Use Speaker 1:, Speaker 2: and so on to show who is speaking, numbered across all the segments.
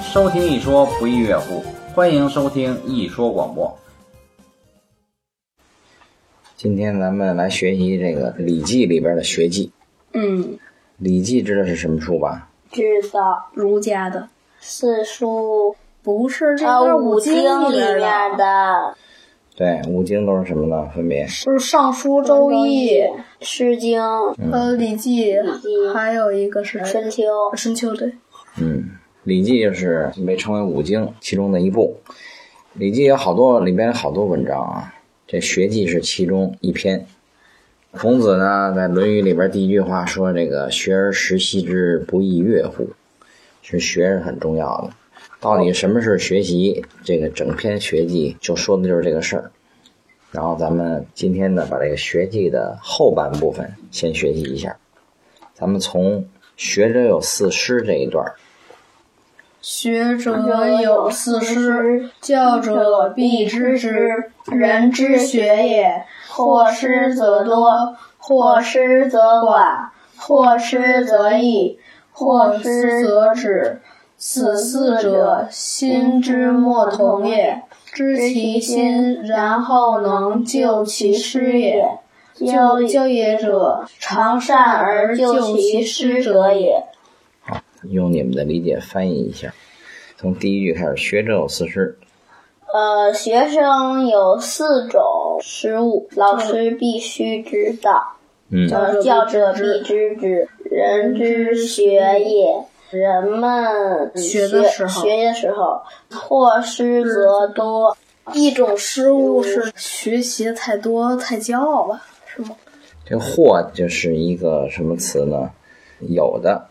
Speaker 1: 收听一说不亦乐乎，欢迎收听一说广播。
Speaker 2: 今天咱们来学习这个《礼记》里边的学记，《
Speaker 3: 嗯，
Speaker 2: 礼记》知道是什么书吧？
Speaker 3: 知道
Speaker 4: 儒家的，
Speaker 3: 四书
Speaker 4: 不是这
Speaker 3: 呃
Speaker 4: 个
Speaker 3: 五
Speaker 4: 啊经
Speaker 3: 经里
Speaker 4: 边
Speaker 3: 面
Speaker 4: 的，
Speaker 3: 的
Speaker 2: 对，五经都是什么呢？分别
Speaker 4: 就是《尚书》《周易》
Speaker 3: 《诗经》
Speaker 4: 呃《礼记》
Speaker 3: 记
Speaker 4: 还有一个是
Speaker 3: 《春秋》
Speaker 4: 《春秋》对，
Speaker 2: 嗯，《礼记》就是被称为五经其中的一部，《礼记》有好多里边有好多文章啊，这学记是其中一篇。孔子呢，在《论语》里边第一句话说：“这个学而时习之，不亦说乎？”其实学是很重要的。到底什么是学习？这个整篇学记就说的就是这个事儿。然后咱们今天呢，把这个学记的后半部分先学习一下。咱们从“学者有四师”这一段儿
Speaker 4: 学者有四师，教者必知之。
Speaker 3: 嗯
Speaker 4: 人之学也，或师则多，或
Speaker 3: 或
Speaker 4: 师
Speaker 3: 师则寡，或师则易，
Speaker 4: 或师则止。此四者，心之莫同也。知其心，然后能救其师也。
Speaker 3: 教
Speaker 4: 教教也者，常善而
Speaker 3: 救
Speaker 4: 救
Speaker 3: 其
Speaker 4: 其
Speaker 3: 师
Speaker 4: 师
Speaker 3: 者
Speaker 4: 者
Speaker 3: 也
Speaker 4: 也。
Speaker 2: 用你们的理解翻译一下。从第一句开始，学者有四师。
Speaker 3: 呃，学生有四种食物，
Speaker 4: 嗯
Speaker 3: 老师必须知道。
Speaker 2: 嗯，
Speaker 3: 呃，教者必知之，人之学也。人们
Speaker 4: 学的时候
Speaker 3: 学的时候，或师则多。
Speaker 4: 一种失误是学习的太多太骄傲吧，是吗？
Speaker 2: 这“或”就是一个什么词呢？有的，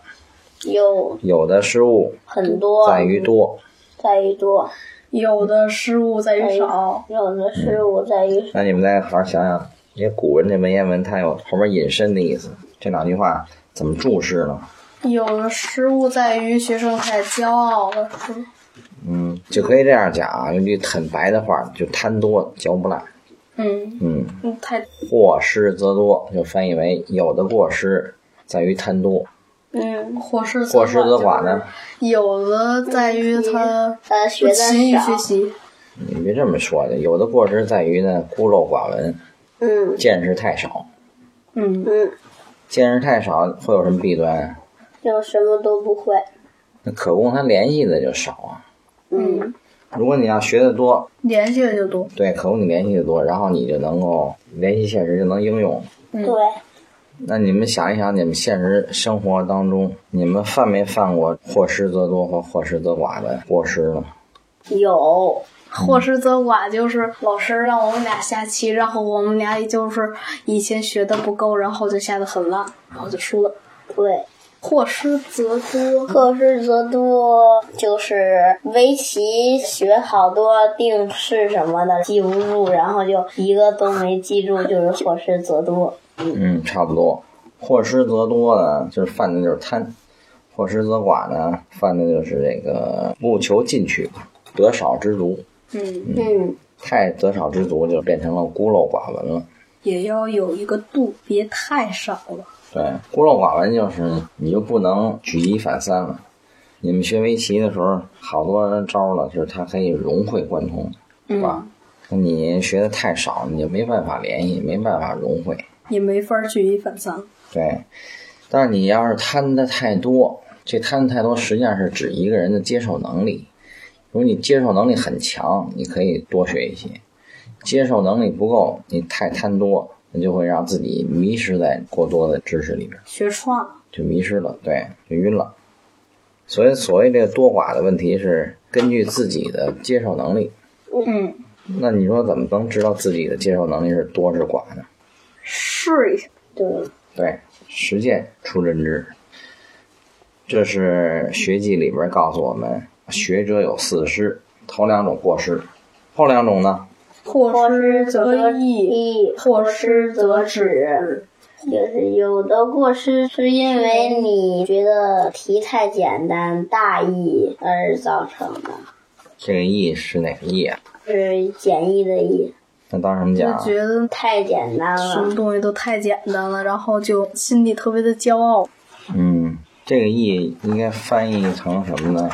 Speaker 3: 有
Speaker 2: 有的失误
Speaker 3: 很多，
Speaker 2: 在于多。
Speaker 3: 在于多，
Speaker 4: 有的失误在于少，
Speaker 3: 有的事物在于
Speaker 2: 那你们再好好想想，因为古人这文言文它有后面引申的意思，这两句话怎么注释呢？
Speaker 4: 有的失误在于学生太骄傲了，是吗？
Speaker 2: 嗯，就可以这样讲啊，用句很白的话，就贪多嚼不烂。
Speaker 4: 嗯，
Speaker 2: 嗯，
Speaker 4: 嗯太
Speaker 2: 过失则多，就翻译为有的过失在于贪多，
Speaker 3: 嗯，
Speaker 4: 或是
Speaker 2: 过失则寡呢？
Speaker 4: 有的在于他
Speaker 3: 呃，学
Speaker 4: 不
Speaker 3: 的
Speaker 4: 勤于
Speaker 3: 少
Speaker 4: 学，习，
Speaker 2: 你别这么说的，有的过失在于呢孤陋寡闻，
Speaker 3: 嗯
Speaker 2: 见识太少。
Speaker 4: 嗯，
Speaker 3: 嗯，
Speaker 2: 见识太少会有什么弊端？啊
Speaker 3: 就什么都不会，
Speaker 2: 那可供他联系的就少啊。
Speaker 3: 嗯
Speaker 2: 如果你要学得多，
Speaker 4: 联系的就多，
Speaker 2: 对，可供你联系的多，然后你就能够联系现实，就能应用。
Speaker 4: 嗯
Speaker 3: 对，
Speaker 2: 那你们想一想，你们现实生活当中，你们犯没犯过或失则多或或失则寡的过失呢？
Speaker 3: 有，嗯
Speaker 4: 或是则寡，就是老师让我们俩下棋，然后我们俩也就是以前学的不够，然后就下的很烂，然后就输了。
Speaker 3: 对。
Speaker 4: 或失则多，
Speaker 3: 课是则多，就是围棋学好多定式什么的记不住，然后就一个都没记住，就是或是则多。
Speaker 2: 嗯，差不多。或失则多呢，就是犯的就是贪；或失则寡呢，犯的就是这个不求进取，得少知足。
Speaker 4: 嗯，
Speaker 3: 嗯，
Speaker 2: 太得少知足就变成了孤陋寡闻了。
Speaker 4: 也要有一个度，别太少了。
Speaker 2: 对，孤陋寡闻就是你就不能举一反三了。你们学围棋的时候，好多招呢，就是它可以融会贯通，是吧？那你学的太少，你就没办法联系，没办法融会。
Speaker 4: 也没法举一反三。
Speaker 2: 对，但是你要是贪的太多，这贪的太多实际上是指一个人的接受能力。如果你接受能力很强，你可以多学一些；接受能力不够，你太贪多，那就会让自己迷失在过多的知识里边，
Speaker 4: 学串了，
Speaker 2: 就迷失了，对，就晕了。所以，所谓这个多寡的问题是根据自己的接受能力。
Speaker 4: 嗯，
Speaker 2: 那你说怎么能知道自己的接受能力是多是寡呢？
Speaker 4: 试一下。
Speaker 3: 对，
Speaker 2: 对，实践出真知。这是学记里边告诉我们，学者有四失，头两种过失，后两种呢？
Speaker 4: 或
Speaker 3: 或
Speaker 4: 失
Speaker 3: 是
Speaker 4: 则
Speaker 3: 则
Speaker 4: 易，
Speaker 3: 易，
Speaker 4: 或失则止。
Speaker 3: 就是有的过失是因为你觉得题太简单、大意而造成的，
Speaker 2: 这个易是哪个易啊？
Speaker 3: 是简易的易，
Speaker 2: 那当时我们
Speaker 4: 就
Speaker 2: 讲啊，
Speaker 4: 觉得
Speaker 3: 太简单
Speaker 4: 什么
Speaker 3: 了。
Speaker 4: 东西都太简单了，然后就心里特别的骄傲。
Speaker 2: 嗯，这个易应该翻译成什么呢？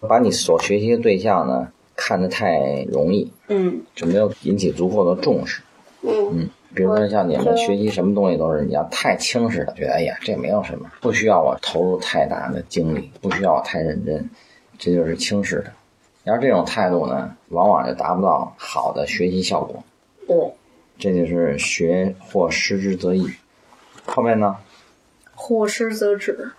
Speaker 2: 把你所学习的对象呢看得太容易，
Speaker 3: 嗯
Speaker 2: 就没有引起足够的重视。
Speaker 3: 嗯
Speaker 2: 嗯，比如说像你们学习什么东西都是，你要太轻视了，觉得哎呀这没有什么，不需要我投入太大的精力，不需要我太认真，这就是轻视的。然后这种态度呢，往往就达不到好的学习效果。
Speaker 3: 对，
Speaker 2: 这就是学或失之则已。后面呢，
Speaker 4: 或失则止。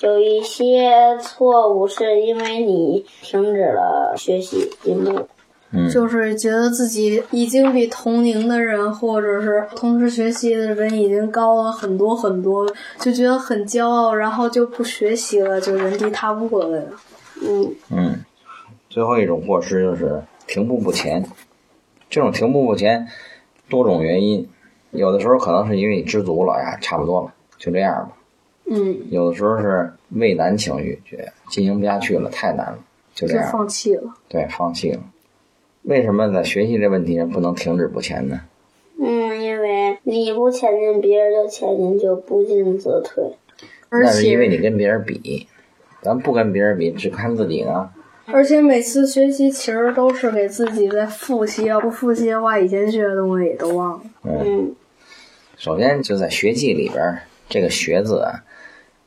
Speaker 3: 有一些错误是因为你停止了学习进步。
Speaker 2: 嗯，
Speaker 4: 就是觉得自己已经比同龄的人或者是同时学习的人已经高了很多很多，就觉得很骄傲，然后就不学习了，就原地踏步了。
Speaker 3: 嗯
Speaker 2: 嗯，最后一种过失就是停步不前。这种停步不前，多种原因，有的时候可能是因为你知足了，哎呀，差不多了，就这样吧；
Speaker 4: 嗯，
Speaker 2: 有的时候是畏难情绪，觉得进行不下去了，太难了，就这
Speaker 4: 就
Speaker 2: 样吧，
Speaker 4: 放弃了。
Speaker 2: 对，放弃了。为什么在学习这问题上不能停止不前呢？
Speaker 3: 嗯，因为你不前进，别人就前进，就不进则退。
Speaker 4: 而
Speaker 2: 那是因为
Speaker 4: 且
Speaker 2: 你跟别人比，咱不跟别人比，只看自己呢。
Speaker 4: 而且每次学习其实都是给自己在复习，啊要不复习的话，以前学的东西也都忘了。
Speaker 3: 嗯
Speaker 2: 首先就在学记里边儿，这个“学”字啊，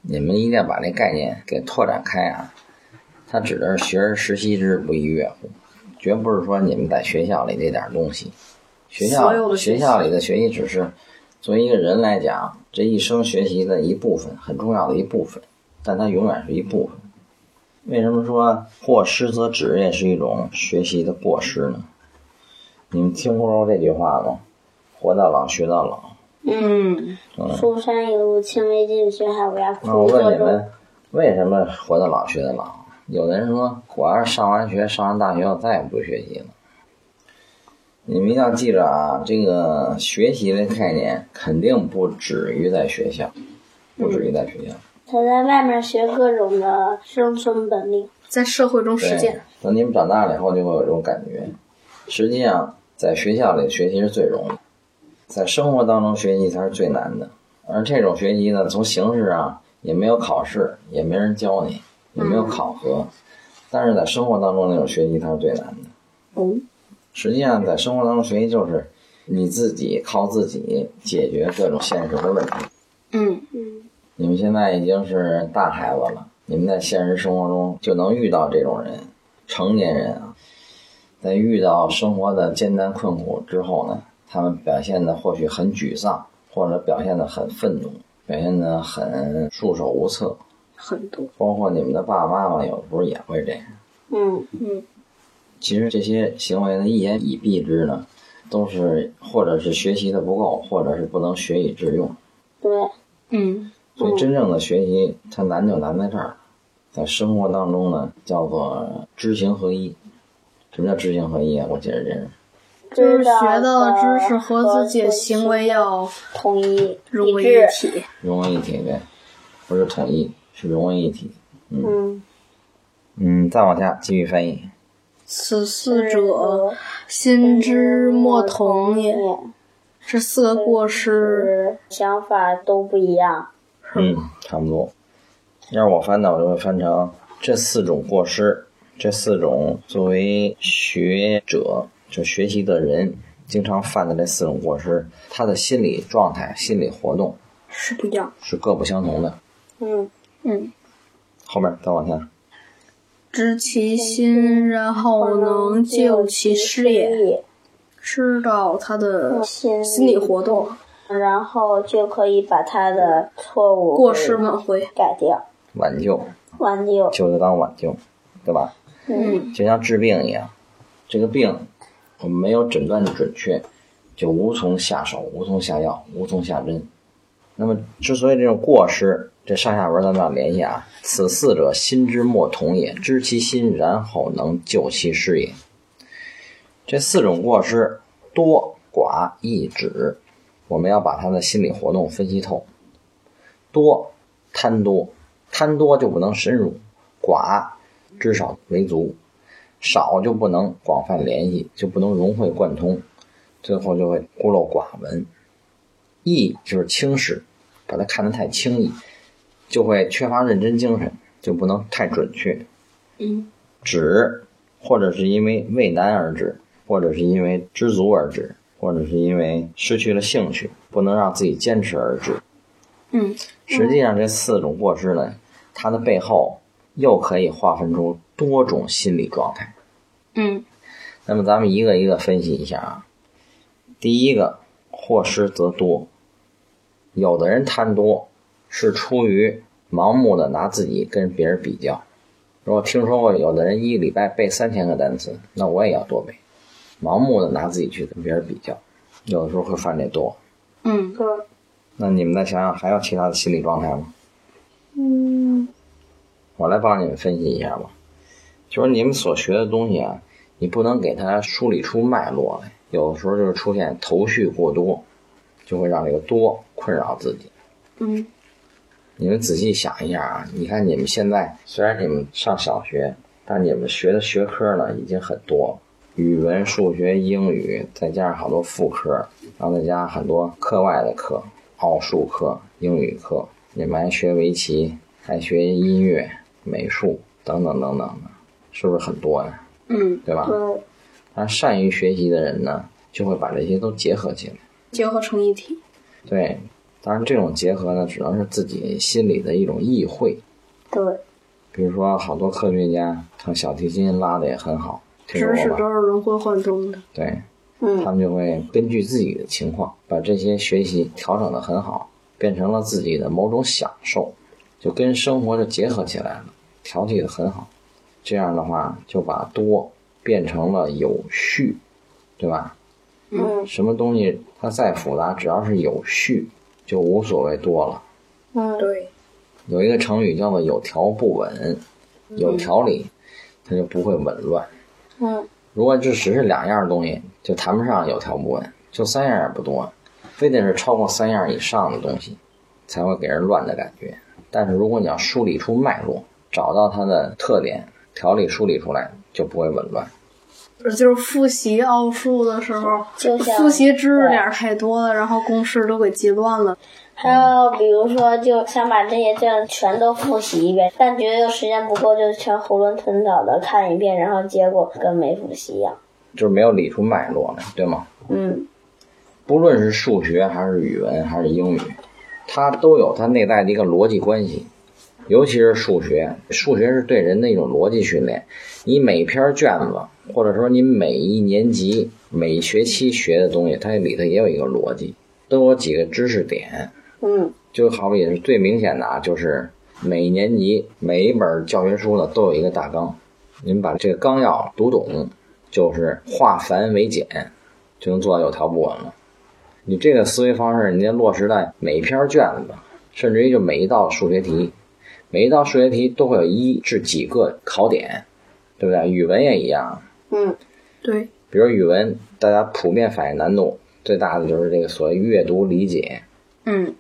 Speaker 2: 你们一定要把这概念给拓展开啊。它指的是学而时习之，不亦乐乎，绝不是说你们在学校里这点儿东西。学
Speaker 4: 所有
Speaker 2: 校
Speaker 4: 的学
Speaker 2: 学
Speaker 4: 习
Speaker 2: 校里的学习只是作为一个人来讲，这一生学习的一部分，很重要的一部分，但它永远是一部分。为什么说过失则止也是一种学习的过失呢？你们听说过这句话吗？活到老学到老。
Speaker 4: 嗯，
Speaker 3: 书山有路勤为径，学海无涯苦。
Speaker 2: 那啊我问你
Speaker 3: 做中
Speaker 2: 们，为什么活到老学到老？有的人说，我要是上完学、上完大学，我再也不学习了。你们一定要记着啊，这个学习的概念肯定不止于在学校，不止于在学校。
Speaker 3: 他在外面学各种的生存本领。
Speaker 4: 在社会中实
Speaker 2: 对
Speaker 4: 践。，
Speaker 2: 等你们长大了以后，就会有这种感觉。实际上，在学校里学习是最容易，在生活当中学习才是最难的。而这种学习呢，从形式啊，也没有考试，也没人教你，也没有考核，但是在生活当中那种学习它是最难的。
Speaker 4: 哦
Speaker 3: 嗯
Speaker 2: 实际上，在生活当中学习就是你自己靠自己解决各种现实的问题。
Speaker 4: 嗯，
Speaker 3: 嗯
Speaker 2: 你们现在已经是大孩子了，你们在现实生活中就能遇到这种人，成年人啊，在遇到生活的艰难困苦之后呢，他们表现的或许很沮丧，或者表现的很愤怒，表现的很束手无策。
Speaker 4: 很多。
Speaker 2: 包括你们的爸爸妈妈有时候也会这样。
Speaker 3: 嗯
Speaker 2: 其实这些行为呢，一言以蔽之呢，都是或者是学习的不够，或者是不能学以致用。
Speaker 3: 对，
Speaker 4: 嗯，
Speaker 2: 所以真正的学习，它难就难在这儿，在生活当中呢，叫做知行合一。什么叫知行合一啊？我解释解释。
Speaker 4: 就是
Speaker 3: 知道
Speaker 4: 学到的知识和自己的
Speaker 3: 和
Speaker 4: 行为要
Speaker 3: 统一
Speaker 4: 融为
Speaker 3: 一
Speaker 4: 一
Speaker 3: 致。
Speaker 4: 体。
Speaker 2: 融为一体对，不是统一，是融为一体。
Speaker 3: 嗯，
Speaker 2: 嗯，再往下继续翻译。
Speaker 4: 此四者，心之莫同也。这四个过失，
Speaker 3: 是想法都不一样。
Speaker 2: 嗯，差不多。要是我翻呢，我就会翻成这四种过失，这四种作为学者就学习的人经常犯的这四种过失，他的心理状态、心理活动
Speaker 4: 是不一样。
Speaker 2: 是各不相同的。
Speaker 3: 嗯
Speaker 4: 嗯，
Speaker 2: 后面再往下，
Speaker 4: 知其心，然后能救其失也。
Speaker 3: 也，
Speaker 4: 知道他的
Speaker 3: 心
Speaker 4: 心理活动，
Speaker 3: 然后就可以把他的错误
Speaker 4: 过失挽回。
Speaker 3: 改掉，
Speaker 2: 挽救
Speaker 3: 挽救。
Speaker 2: 就得当挽救，对吧？
Speaker 4: 嗯，
Speaker 2: 就像治病一样，这个病我们没有诊断的准确，就无从下手，无从下药，无从下针。那么，之所以这种过失，这上下文咱们要联系啊。此四者，心之莫同也，知其心，然后能救其失也。这四种过失，多寡易止，我们要把他的心理活动分析透。多，贪多，贪多就不能深入；寡，知少为足，少就不能广泛联系，就不能融会贯通，最后就会孤陋寡闻。易就是轻视，把它看得太轻易，就会缺乏认真精神，就不能太准确。
Speaker 4: 嗯，
Speaker 2: 止，或者是因为畏难而止，或者是因为知足而止，或者是因为失去了兴趣，不能让自己坚持而止。
Speaker 4: 嗯，
Speaker 2: 实际上这四种过失呢，它的背后又可以划分出多种心理状态。
Speaker 4: 嗯
Speaker 2: 那么咱们一个一个分析一下啊。第一个，祸失则多。有的人贪多，是出于盲目的拿自己跟别人比较。如果听说过有的人一个礼拜背三千个单词，那我也要多背，盲目的拿自己去跟别人比较，有的时候会犯这多。
Speaker 4: 嗯，
Speaker 3: 对，
Speaker 2: 那你们再想想，还有其他的心理状态吗？
Speaker 3: 嗯
Speaker 2: 我来帮你们分析一下吧。就是你们所学的东西啊，你不能给它梳理出脉络来，有的时候就是出现头绪过多，就会让这个多困扰自己。
Speaker 4: 嗯
Speaker 2: 你们仔细想一下啊，你看你们现在虽然你们上小学，但你们学的学科呢已经很多了，语文、数学、英语，再加上好多副科，然后再加上很多课外的课，奥数课、英语课，你们还学围棋，还学音乐、美术等等等等的，是不是很多呀、
Speaker 4: 嗯，
Speaker 2: 对吧？
Speaker 4: 对，
Speaker 2: 而善于学习的人呢，就会把这些都结合起来。
Speaker 4: 结合成一体。
Speaker 2: 对，当然这种结合呢，只能是自己心里的一种意会。
Speaker 4: 对，
Speaker 2: 比如说，好多科学家他小提琴拉的也很好，听
Speaker 4: 知识
Speaker 2: 说过吧？
Speaker 4: 都是融会贯通的。
Speaker 2: 对，他
Speaker 3: 嗯
Speaker 2: 们就会根据自己的情况，把这些学习调整的很好，变成了自己的某种享受，就跟生活就结合起来了，调剂的很好。这样的话，就把多变成了有序，对吧？
Speaker 3: 嗯
Speaker 2: 什么东西它再复杂，只要是有序，就无所谓多了。
Speaker 3: 嗯，
Speaker 4: 对，
Speaker 2: 有一个成语叫做“有条不紊”，有条理，它就不会紊乱。
Speaker 3: 嗯
Speaker 2: 如果这只是两样东西，就谈不上有条不紊，就三样也不多，非得是超过三样以上的东西，才会给人乱的感觉。但是如果你要梳理出脉络，找到它的特点，条理梳理出来，就不会紊乱。
Speaker 4: 就是复习奥数的时候，
Speaker 3: 就像
Speaker 4: 复习知识点儿太多了，然后公式都给记乱了。
Speaker 3: 还有比如说，就想把这些卷全都复习一遍，但觉得时间不够，就全囫囵吞枣的看一遍，然后结果跟没复习一样。
Speaker 2: 就是没有理出脉络来，对吗？
Speaker 3: 嗯
Speaker 2: 不论是数学还是语文还是英语，它都有它内在的一个逻辑关系。尤其是数学，数学是对人的一种逻辑训练。你每篇卷子，或者说你每一年级、每一学期学的东西，它里头也有一个逻辑，都有几个知识点。
Speaker 3: 嗯
Speaker 2: 就好比是最明显的啊，就是每一年级每一本教学书呢都有一个大纲，你们把这个纲要读懂，就是化繁为简，就能做到有条不紊了。你这个思维方式，你得落实在每一篇卷子，甚至于就每一道数学题，每一道数学题都会有一至几个考点，对不对？语文也一样，
Speaker 3: 嗯
Speaker 4: 对，
Speaker 2: 比如语文，大家普遍反映难度最大的就是这个所谓阅读理解，
Speaker 4: 嗯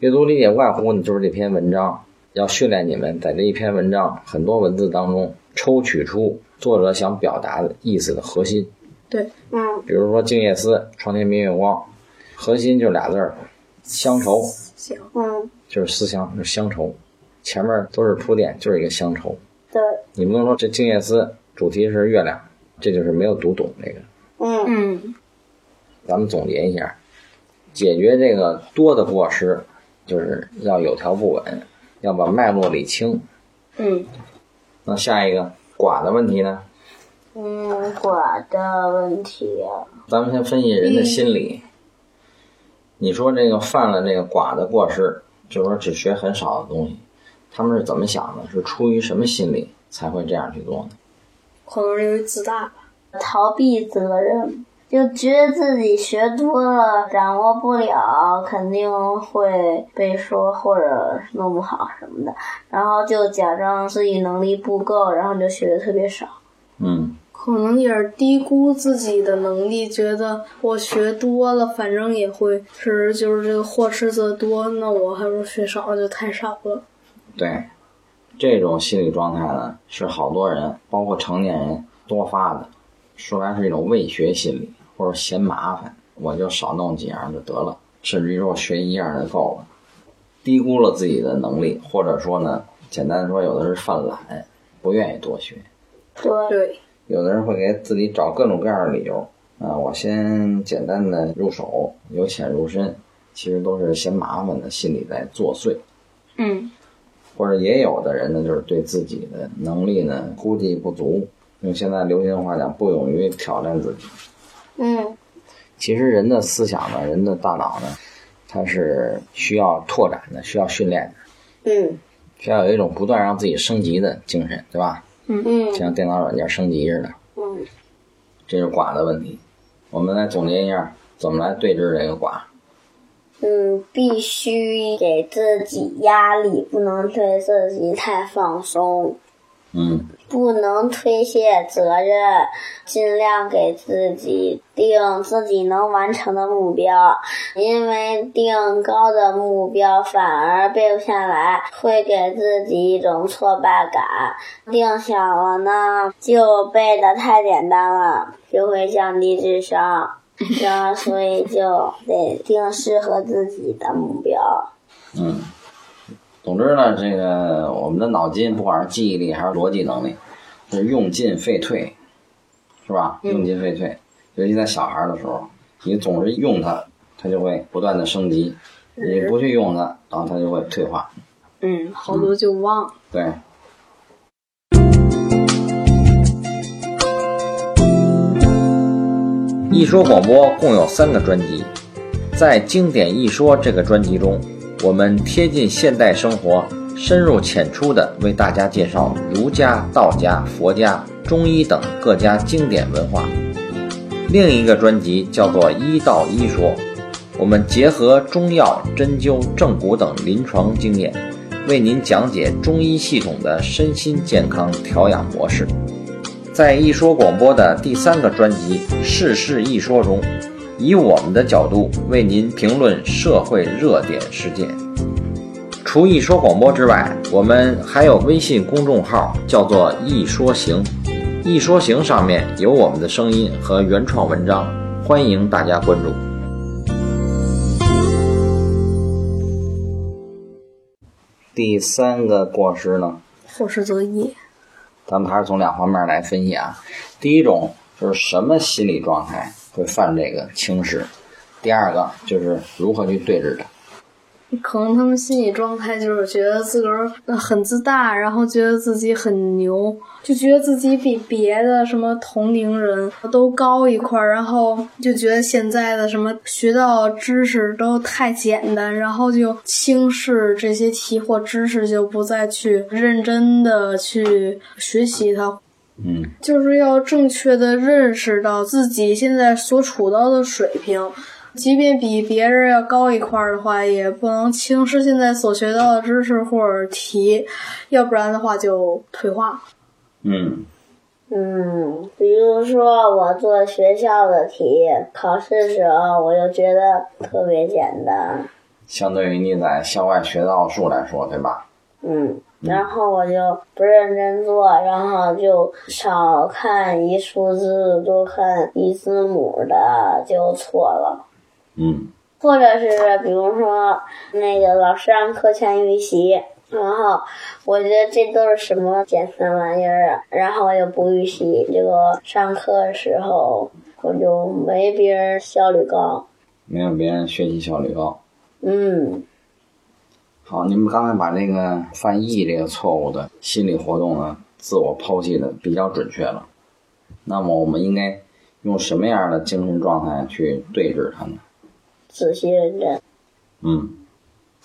Speaker 2: 阅读理解无外乎呢就是这篇文章，要训练你们在这一篇文章很多文字当中抽取出作者想表达的意思的核心。
Speaker 4: 对，
Speaker 3: 嗯
Speaker 2: 比如说《静夜思》《床前明月光》，核心就俩字儿：乡愁，
Speaker 4: 行，
Speaker 3: 嗯，
Speaker 2: 就是思乡，就是乡愁。前面都是铺垫，就是一个乡愁。
Speaker 3: 对，
Speaker 2: 你不能说这《静夜思》主题是月亮，这就是没有读懂这个。
Speaker 3: 嗯
Speaker 4: 嗯
Speaker 2: 咱们总结一下，解决这个多的过失，就是要有条不紊，要把脉络理清。
Speaker 4: 嗯，
Speaker 2: 那下一个寡的问题呢？
Speaker 3: 嗯，我的问题啊，
Speaker 2: 咱们先分析人
Speaker 4: 嗯
Speaker 2: 的心理。你说这个犯了这个寡的过失，就是说只学很少的东西，他们是怎么想的？是出于什么心理才会这样去做呢？
Speaker 4: 可能是由于自大吧。
Speaker 3: 逃避责任，就觉得自己学多了掌握不了，肯定会被说或者弄不好什么的，然后就假装自己能力不够，然后就学的特别少。
Speaker 2: 嗯，
Speaker 4: 可能也是低估自己的能力，觉得我学多了，反正也会是就是这个祸失则多，那我还不如学少了就太少了。
Speaker 2: 对，这种心理状态呢，是好多人，包括成年人多发的。说白是一种畏学心理，或者嫌麻烦，我就少弄几样就得了，甚至于说学一样就够了，低估了自己的能力，或者说呢，简单的说，有的是犯懒，不愿意多学。
Speaker 3: 对，
Speaker 4: 对，
Speaker 2: 有的人会给自己找各种各样的理由啊，我先简单的入手，由浅入深，其实都是嫌麻烦的心理在作祟。
Speaker 3: 嗯，
Speaker 2: 或者也有的人呢，就是对自己的能力呢估计不足，用现在流行的话讲，不勇于挑战自己。
Speaker 3: 嗯，
Speaker 2: 其实人的思想呢，人的大脑呢，它是需要拓展的，需要训练的，
Speaker 3: 嗯，
Speaker 2: 需要有一种不断让自己升级的精神，对吧？
Speaker 3: 嗯，
Speaker 2: 像电脑软件升级似的，
Speaker 3: 嗯，
Speaker 2: 这是寡的问题。我们来总结一下，怎么来对峙这个寡。
Speaker 3: 嗯，必须给自己压力，不能对自己太放松，
Speaker 2: 嗯，
Speaker 3: 不能推卸责任，尽量给自己定自己能完成的目标，因为定高的目标反而背不下来，会给自己一种挫败感；定小了呢，就背的太简单了，就会降低智商。然后，所以就得定适合自己的目标。
Speaker 2: 嗯，总之呢，这个我们的脑筋，不管是记忆力还是逻辑能力，是用进废退，是吧？用进废退，尤其在小孩的时候，你总是用它，它就会不断的升级；你不去用它，然后它就会退化。
Speaker 3: 嗯，
Speaker 4: 好多就忘了。
Speaker 2: 对，
Speaker 1: 一说广播共有三个专辑，在《经典一说》这个专辑中，我们贴近现代生活，深入浅出地为大家介绍儒家、道家、佛家、中医等各家经典文化。另一个专辑叫做《医道医说》，我们结合中药、针灸、正骨等临床经验，为您讲解中医系统的身心健康调养模式。在一说广播的第三个专辑《世事一说》中，以我们的角度为您评论社会热点事件。除一说广播之外，我们还有微信公众号，叫做“一说行”。一说行上面有我们的声音和原创文章，欢迎大家关注。
Speaker 2: 第三个过失呢，
Speaker 4: 或是择业，
Speaker 2: 咱们还是从两方面来分析啊。第一种就是什么心理状态会犯这个轻视，第二个就是如何去对峙它。
Speaker 4: 可能他们心理状态就是觉得自个儿呃很自大，然后觉得自己很牛，就觉得自己比别的什么同龄人都高一块儿，然后就觉得现在的什么学到知识都太简单，然后就轻视这些题或知识，就不再去认真的去学习它，
Speaker 2: 嗯，
Speaker 4: 就是要正确的认识到自己现在所处到的水平，即便比别人要高一块儿的话，也不能轻视现在所学到的知识或者题，要不然的话就退化。
Speaker 2: 嗯，
Speaker 3: 嗯，比如说我做学校的题，考试时候我就觉得特别简单，
Speaker 2: 相对于你在校外学的奥数来说，对吧？
Speaker 3: 嗯，然后我就不认真做，然后就少看一数字，多看一字母的就错了。
Speaker 2: 嗯
Speaker 3: 或者是比如说那个老师让课前预习，然后我觉得这都是什么简单玩意儿啊，然后我就不预习，结果上课的时候我就没别人效率高。，
Speaker 2: 没有别人学习效率高。
Speaker 3: 嗯
Speaker 2: 好，你们刚才把这个犯意这个错误的心理活动呢，自我剖析的比较准确了。那么我们应该用什么样的精神状态去对峙它呢？
Speaker 3: 仔细认真。
Speaker 2: 嗯，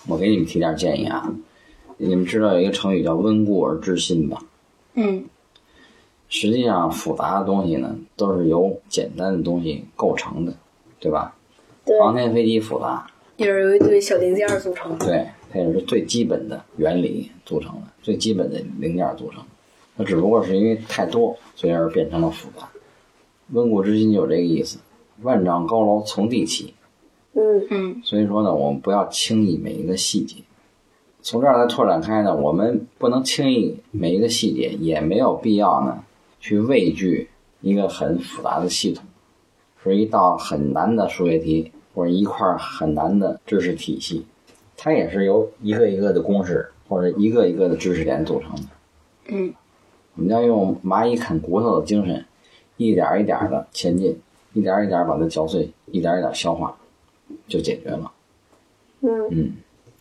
Speaker 2: 我给你们提点建议啊。你们知道有一个成语叫“温故而知新”吧？
Speaker 4: 嗯，
Speaker 2: 实际上，复杂的东西呢，都是由简单的东西构成的，对吧？
Speaker 3: 对，
Speaker 2: 航天飞机复杂，
Speaker 4: 也是由一堆小零件儿组成的。
Speaker 2: 对，它也是最基本的原理组成的，最基本的零件组成。它只不过是因为太多，所以而变成了复杂。温故知新就有这个意思。万丈高楼从地起，
Speaker 3: 嗯
Speaker 4: 嗯
Speaker 2: 所以说呢，我们不要轻易每一个细节。从这儿再拓展开呢，我们不能轻易每一个细节，也没有必要呢去畏惧一个很复杂的系统，是一道很难的数学题或者一块儿很难的知识体系，它也是由一个一个的公式或者一个一个的知识点组成的。
Speaker 4: 嗯
Speaker 2: 我们要用蚂蚁啃骨头的精神，一点儿一点的前进，一点儿一点儿把它嚼碎，一点儿一点儿消化，就解决了。
Speaker 3: 嗯
Speaker 2: 嗯，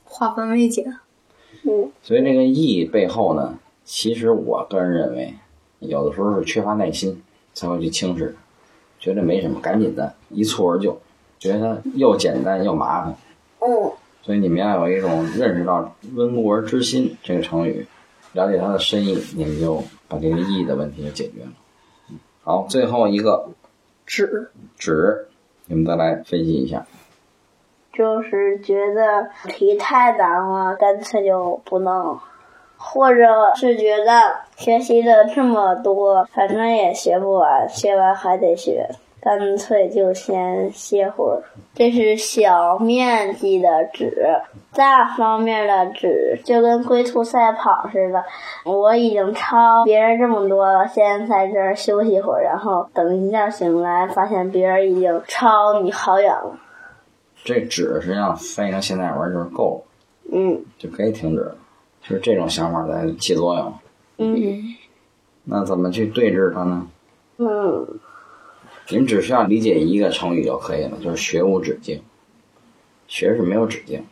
Speaker 4: 化繁为简，
Speaker 3: 嗯
Speaker 2: 所以这个义背后呢，其实我个人认为，有的时候是缺乏耐心才会去轻视，觉得没什么，赶紧的一蹴而就，觉得又简单又麻烦。
Speaker 3: 嗯
Speaker 4: 哦
Speaker 2: 所以你们要有一种认识到“温故而知新”这个成语，了解它的深意，你们就把这个意义的问题就解决了。好，最后一个
Speaker 4: 纸
Speaker 2: 止，你们再来分析一下。
Speaker 3: 就是觉得题太难了，干脆就不弄了，或者是觉得学习的这么多，反正也学不完，学完还得学，干脆就先歇会儿。这是小面积的纸，大方面的纸就跟龟兔赛跑似的，我已经超别人这么多了，先在这儿休息会儿，然后等一觉醒来，发现别人已经超你好远了。
Speaker 2: 这止实际上翻译成现代文就是够了，
Speaker 3: 嗯
Speaker 2: 就可以停止了。就是这种想法在起作用。
Speaker 3: 嗯。
Speaker 2: 那怎么去对峙它呢？
Speaker 3: 嗯
Speaker 2: 你们只需要理解一个成语就可以了，就是学无止境。学是没有止境，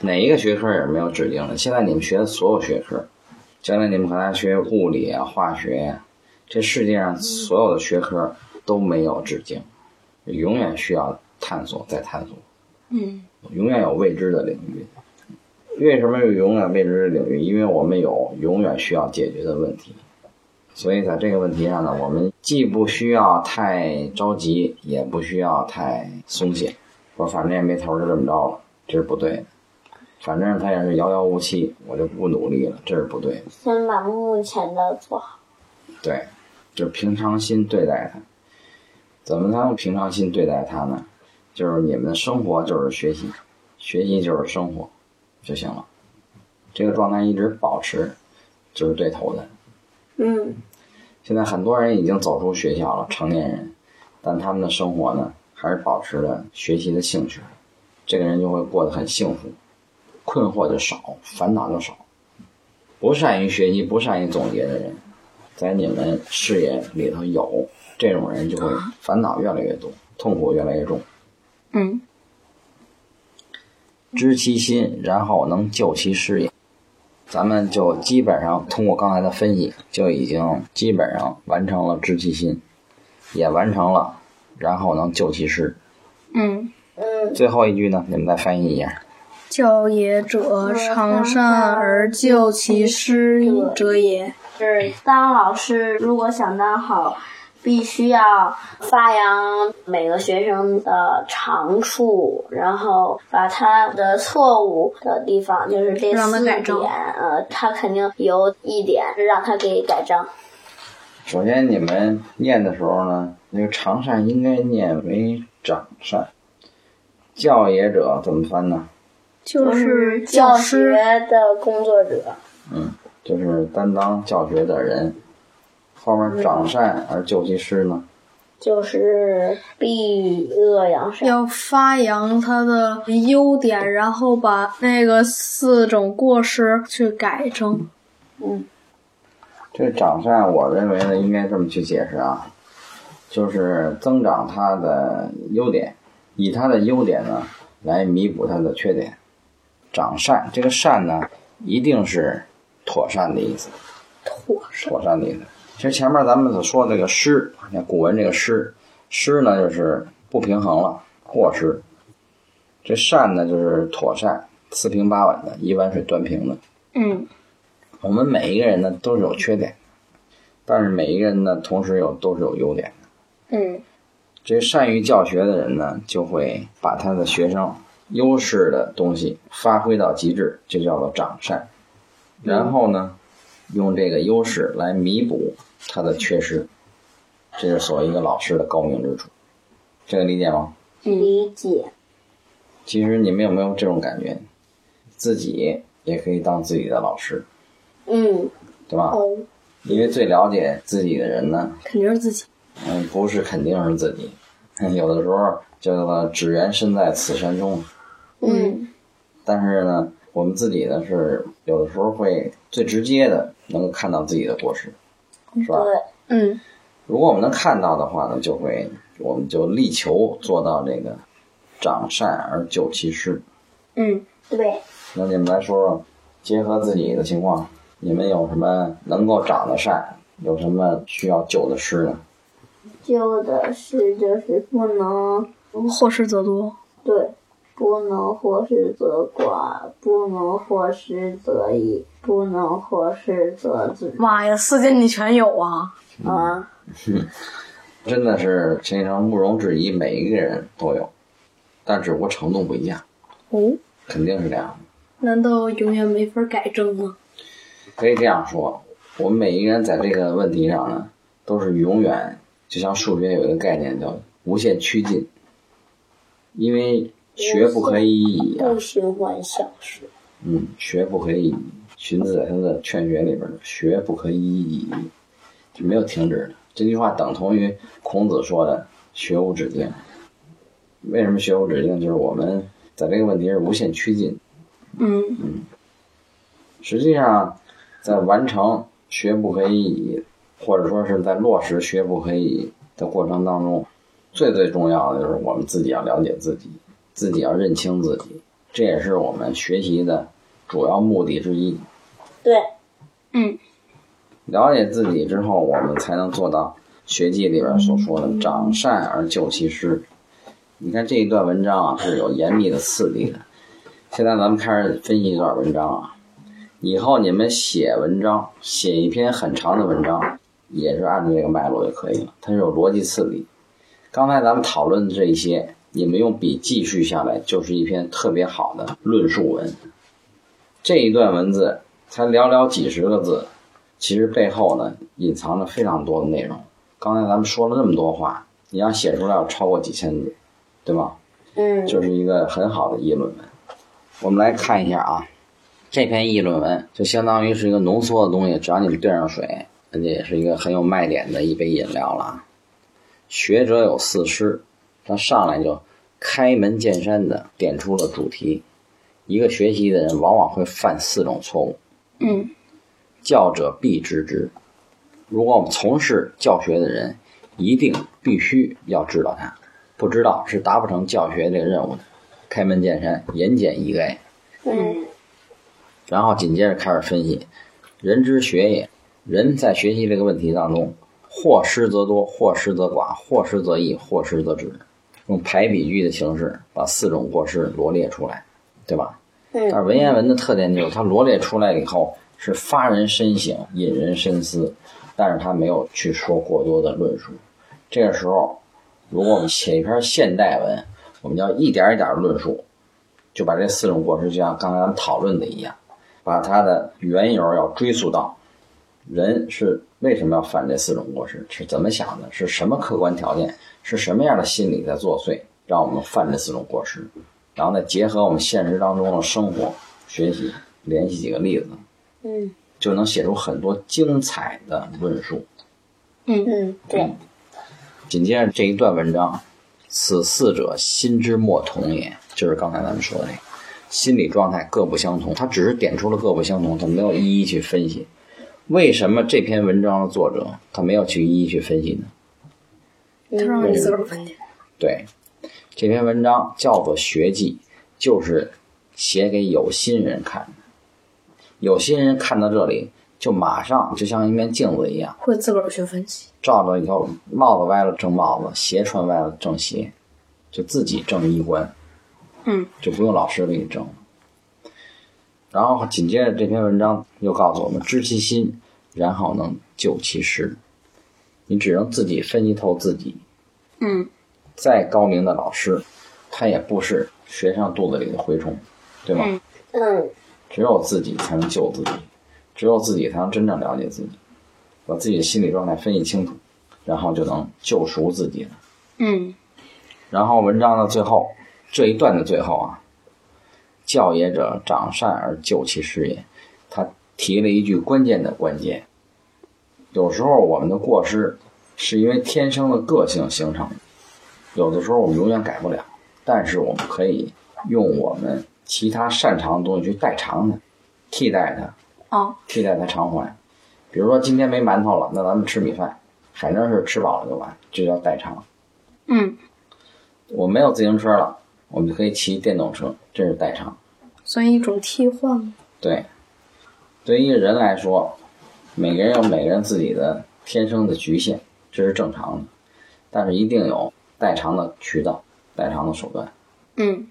Speaker 2: 哪一个学科也是没有止境的。现在你们学的所有学科，将来你们可能还学物理啊、化学呀、这世界上所有的学科都没有止境，永远需要探索再探索。
Speaker 4: 嗯，
Speaker 2: 永远有未知的领域。为什么有永远未知的领域？因为我们有永远需要解决的问题，所以在这个问题上呢，我们既不需要太着急，也不需要太松懈。我反正也没头儿，就这么着了，这是不对的。反正他也是遥遥无期，我就不努力了，这是不对的。
Speaker 3: 先把目前的做好。
Speaker 2: 对，就是平常心对待它。怎么才能平常心对待它呢？就是你们的生活就是学习，学习就是生活，就行了。这个状态一直保持，就是对头的。
Speaker 3: 嗯
Speaker 2: 现在很多人已经走出学校了，成年人，但他们的生活呢，还是保持着学习的兴趣，这个人就会过得很幸福，困惑就少，烦恼就少。不善于学习、不善于总结的人，在你们视野里头有这种人，就会烦恼越来越多，痛苦越来越重。
Speaker 4: 嗯，
Speaker 2: 知其心，然后能救其师也。咱们就基本上通过刚才的分析，就已经基本上完成了知其心，也完成了，然后能救其师。
Speaker 4: 嗯，
Speaker 3: 嗯
Speaker 2: 最后一句呢，你们再翻译一下。
Speaker 4: 教也者，常善而救其师者也。
Speaker 3: 是当老师如果想当好，必须要发扬每个学生的长处，然后把他的错误的地方，就是这
Speaker 4: 让他
Speaker 3: 四
Speaker 4: 改
Speaker 3: 点
Speaker 4: 正，
Speaker 3: 呃，他肯定有一点让他给改正。
Speaker 2: 首先，你们念的时候呢，那个常善应该念为长善。教也者怎么翻呢？
Speaker 4: 就是
Speaker 3: 教学
Speaker 4: 师，
Speaker 3: 的工作者，
Speaker 2: 就是担当教学的人。后面长善而救其师呢？
Speaker 3: 就是避恶扬善。
Speaker 4: 要发扬他的优点，然后把那个四种过失去改正。
Speaker 3: 嗯
Speaker 2: 这个长善，我认为呢，应该这么去解释啊，就是增长他的优点，以他的优点呢来弥补他的缺点。长善，这个善呢，一定是妥善的意思，
Speaker 4: 妥善，
Speaker 2: 妥善的意思。其实前面咱们所说的这个失，那古文这个失，失呢就是不平衡了，过失。这善呢就是妥善，四平八稳的，一碗水端平的。
Speaker 4: 嗯
Speaker 2: 我们每一个人呢都是有缺点的，但是每一个人呢同时有都是有优点的。
Speaker 4: 嗯
Speaker 2: 这善于教学的人呢，就会把他的学生优势的东西发挥到极致，就叫做长善。然后呢，用这个优势来弥补他的缺失，这是所谓一个老师的高明之处。这个理解吗？
Speaker 3: 理解，
Speaker 2: 其实你们有没有这种感觉？自己也可以当自己的老师，
Speaker 3: 嗯，
Speaker 2: 对吧？
Speaker 3: 哦，
Speaker 2: 因为最了解自己的人呢，
Speaker 4: 肯定是自己。
Speaker 2: 嗯，不是肯定是自己，有的时候叫做只缘身在此山中。
Speaker 3: 嗯
Speaker 2: 但是呢，我们自己呢是有的时候会最直接的能够看到自己的过失，是吧？
Speaker 3: 对，
Speaker 4: 嗯，
Speaker 2: 如果我们能看到的话呢，就会我们就力求做到这个长善而久其事。
Speaker 4: 嗯，
Speaker 3: 对，
Speaker 2: 那你们来说说，结合自己的情况，你们有什么能够长的善，有什么需要救的失呢？
Speaker 3: 旧的事就是不能
Speaker 4: 祸事则多。
Speaker 3: 对，不能或是则寡，不能或是则已，不能或是则止
Speaker 4: 妈呀，四件你全有啊！
Speaker 3: 啊。
Speaker 2: 真的是陈先生毋容置疑，每一个人都有，但只不过程度不一样，
Speaker 4: 哦，
Speaker 2: 肯定是这样的。
Speaker 4: 难道永远没法改正吗？
Speaker 2: 可以这样说，我们每一个人在这个问题上呢，都是永远，就像数学有一个概念叫无限趋近，因为学不可以已啊，
Speaker 3: 不循环小数，
Speaker 2: 嗯，学不可以已。荀子在他的《劝学》里边儿，学不可以已，就没有停止的。这句话等同于孔子说的“学无止境”。为什么学无止境？就是我们在这个问题是无限趋近，
Speaker 4: 嗯
Speaker 2: 实际上，在完成学不可以已，或者说是在落实学不可以已的过程当中，最最重要的就是我们自己要了解自己，自己要认清自己，这也是我们学习的主要目的之一。
Speaker 3: 对，
Speaker 4: 嗯，
Speaker 2: 了解自己之后，我们才能做到学记里边所说的“长善而救其失”。你看这一段文章啊，是有严密的次第的。现在咱们开始分析一段文章啊，以后你们写文章，写一篇很长的文章，也是按照这个脉络就可以了，它是有逻辑次第。刚才咱们讨论的这一些，你们用笔记叙下来，就是一篇特别好的论述文。这一段文字才寥寥几十个字，其实背后呢隐藏着非常多的内容。刚才咱们说了那么多话，你要写出来要超过几千字，对吧？
Speaker 3: 嗯，
Speaker 2: 就是一个很好的议论文。我们来看一下啊，这篇议论文就相当于是一个浓缩的东西，只要你们兑上水，人家也是一个很有卖点的一杯饮料了啊。学者有四师，他上来就开门见山的点出了主题。一个学习的人往往会犯四种错误，
Speaker 4: 嗯，
Speaker 2: 教者必知之。如果我们从事教学的人，一定必须要知道它，不知道是达不成教学这个任务的。开门见山，言简意赅。
Speaker 3: 嗯，
Speaker 2: 然后紧接着开始分析，人之学也，人在学习这个问题当中，或失则多，或失则寡，或失则易，或失则止，用排比句的形式把四种过失罗列出来，对吧？
Speaker 3: 嗯
Speaker 2: 但是文言文的特点就是它罗列出来以后是发人深省、引人深思，但是它没有去说过多的论述。这个时候，如果我们写一篇现代文，我们要一点一点论述，就把这四种过失，就像刚才咱们讨论的一样，把它的缘由要追溯到人是为什么要犯这四种过失，是怎么想的，是什么客观条件，是什么样的心理在作祟，让我们犯这四种过失，然后再结合我们现实当中的生活、学习，联系几个例子，
Speaker 3: 嗯
Speaker 2: 就能写出很多精彩的论述。
Speaker 3: 嗯，对，
Speaker 2: 紧接着这一段文章，此四者心之莫同也，就是刚才咱们说的那个，心理状态各不相同。他只是点出了各不相同，他没有一一去分析。为什么这篇文章的作者他没有去一一去分析呢？
Speaker 4: 他让你自个儿分去。
Speaker 2: 对，这篇文章叫做《学记》，就是写给有心人看的。有心人看到这里，就马上就像一面镜子一样，
Speaker 4: 会自个儿去分析。
Speaker 2: 照着以后，帽子歪了正帽子，鞋穿歪了正鞋，就自己正衣冠，
Speaker 4: 嗯，
Speaker 2: 就不用老师给你正了。然后紧接着这篇文章又告诉我们：知其心，然后能救其失。你只能自己分析透自己。
Speaker 4: 嗯，
Speaker 2: 再高明的老师，他也不是学生肚子里的蛔虫，对吗？
Speaker 4: 嗯
Speaker 3: 嗯
Speaker 2: 只有自己才能救自己，只有自己才能真正了解自己，把自己的心理状态分析清楚，然后就能救赎自己了。
Speaker 4: 嗯
Speaker 2: 然后文章的最后这一段的最后啊，教也者长善而救其失也，他提了一句关键的关键。有时候我们的过失是因为天生的个性形成的，有的时候我们永远改不了，但是我们可以用我们其他擅长的东西去代偿它，替代它，
Speaker 4: 啊
Speaker 2: 替代它偿还。比如说今天没馒头了，那咱们吃米饭，反正是吃饱了就完，这叫代偿。
Speaker 3: 嗯，
Speaker 2: 我没有自行车了，我们就可以骑电动车，这是代偿。
Speaker 4: 算一种替换吗？
Speaker 2: 对，对于一个人来说，每个人有每个人自己的天生的局限，这是正常的，但是一定有代偿的渠道、代偿的手段。
Speaker 3: 嗯，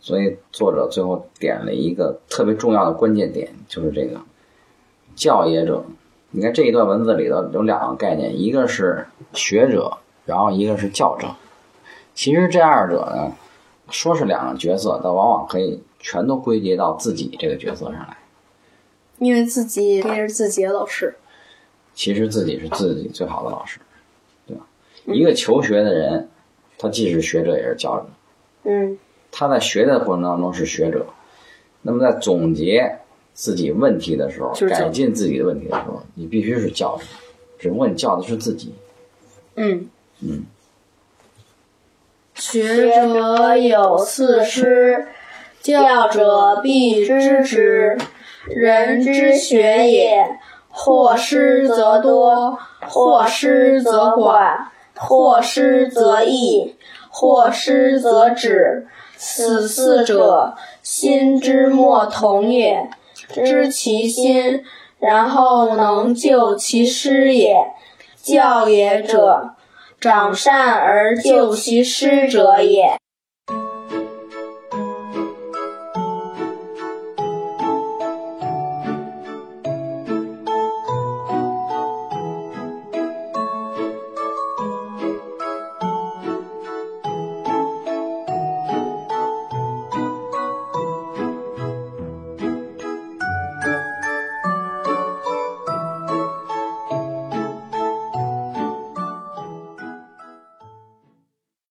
Speaker 2: 所以作者最后点了一个特别重要的关键点，就是这个教也者。你看这一段文字里头有两个概念，一个是学者，然后一个是教者。其实这二者呢，说是两个角色，但往往可以全都归结到自己这个角色上来。
Speaker 4: 因为自己也是自己的老师，
Speaker 2: 其实自己是自己最好的老师，对吧？一个求学的人，他既是学者也是教者。
Speaker 3: 嗯，
Speaker 2: 他在学的过程当中是学者，那么在总结自己问题的时候，
Speaker 4: 就是教
Speaker 2: 改进自己的问题的时候，你必须是教者，只不过你教的是自己。
Speaker 3: 嗯，
Speaker 4: 学
Speaker 3: 学者有四，师，教者必知之。人之学也，或师则多，或师则寡，或师则益，或师则止。此四者，心之莫同也。知其心，然后能救其师也。教也者，长善而救其师者也。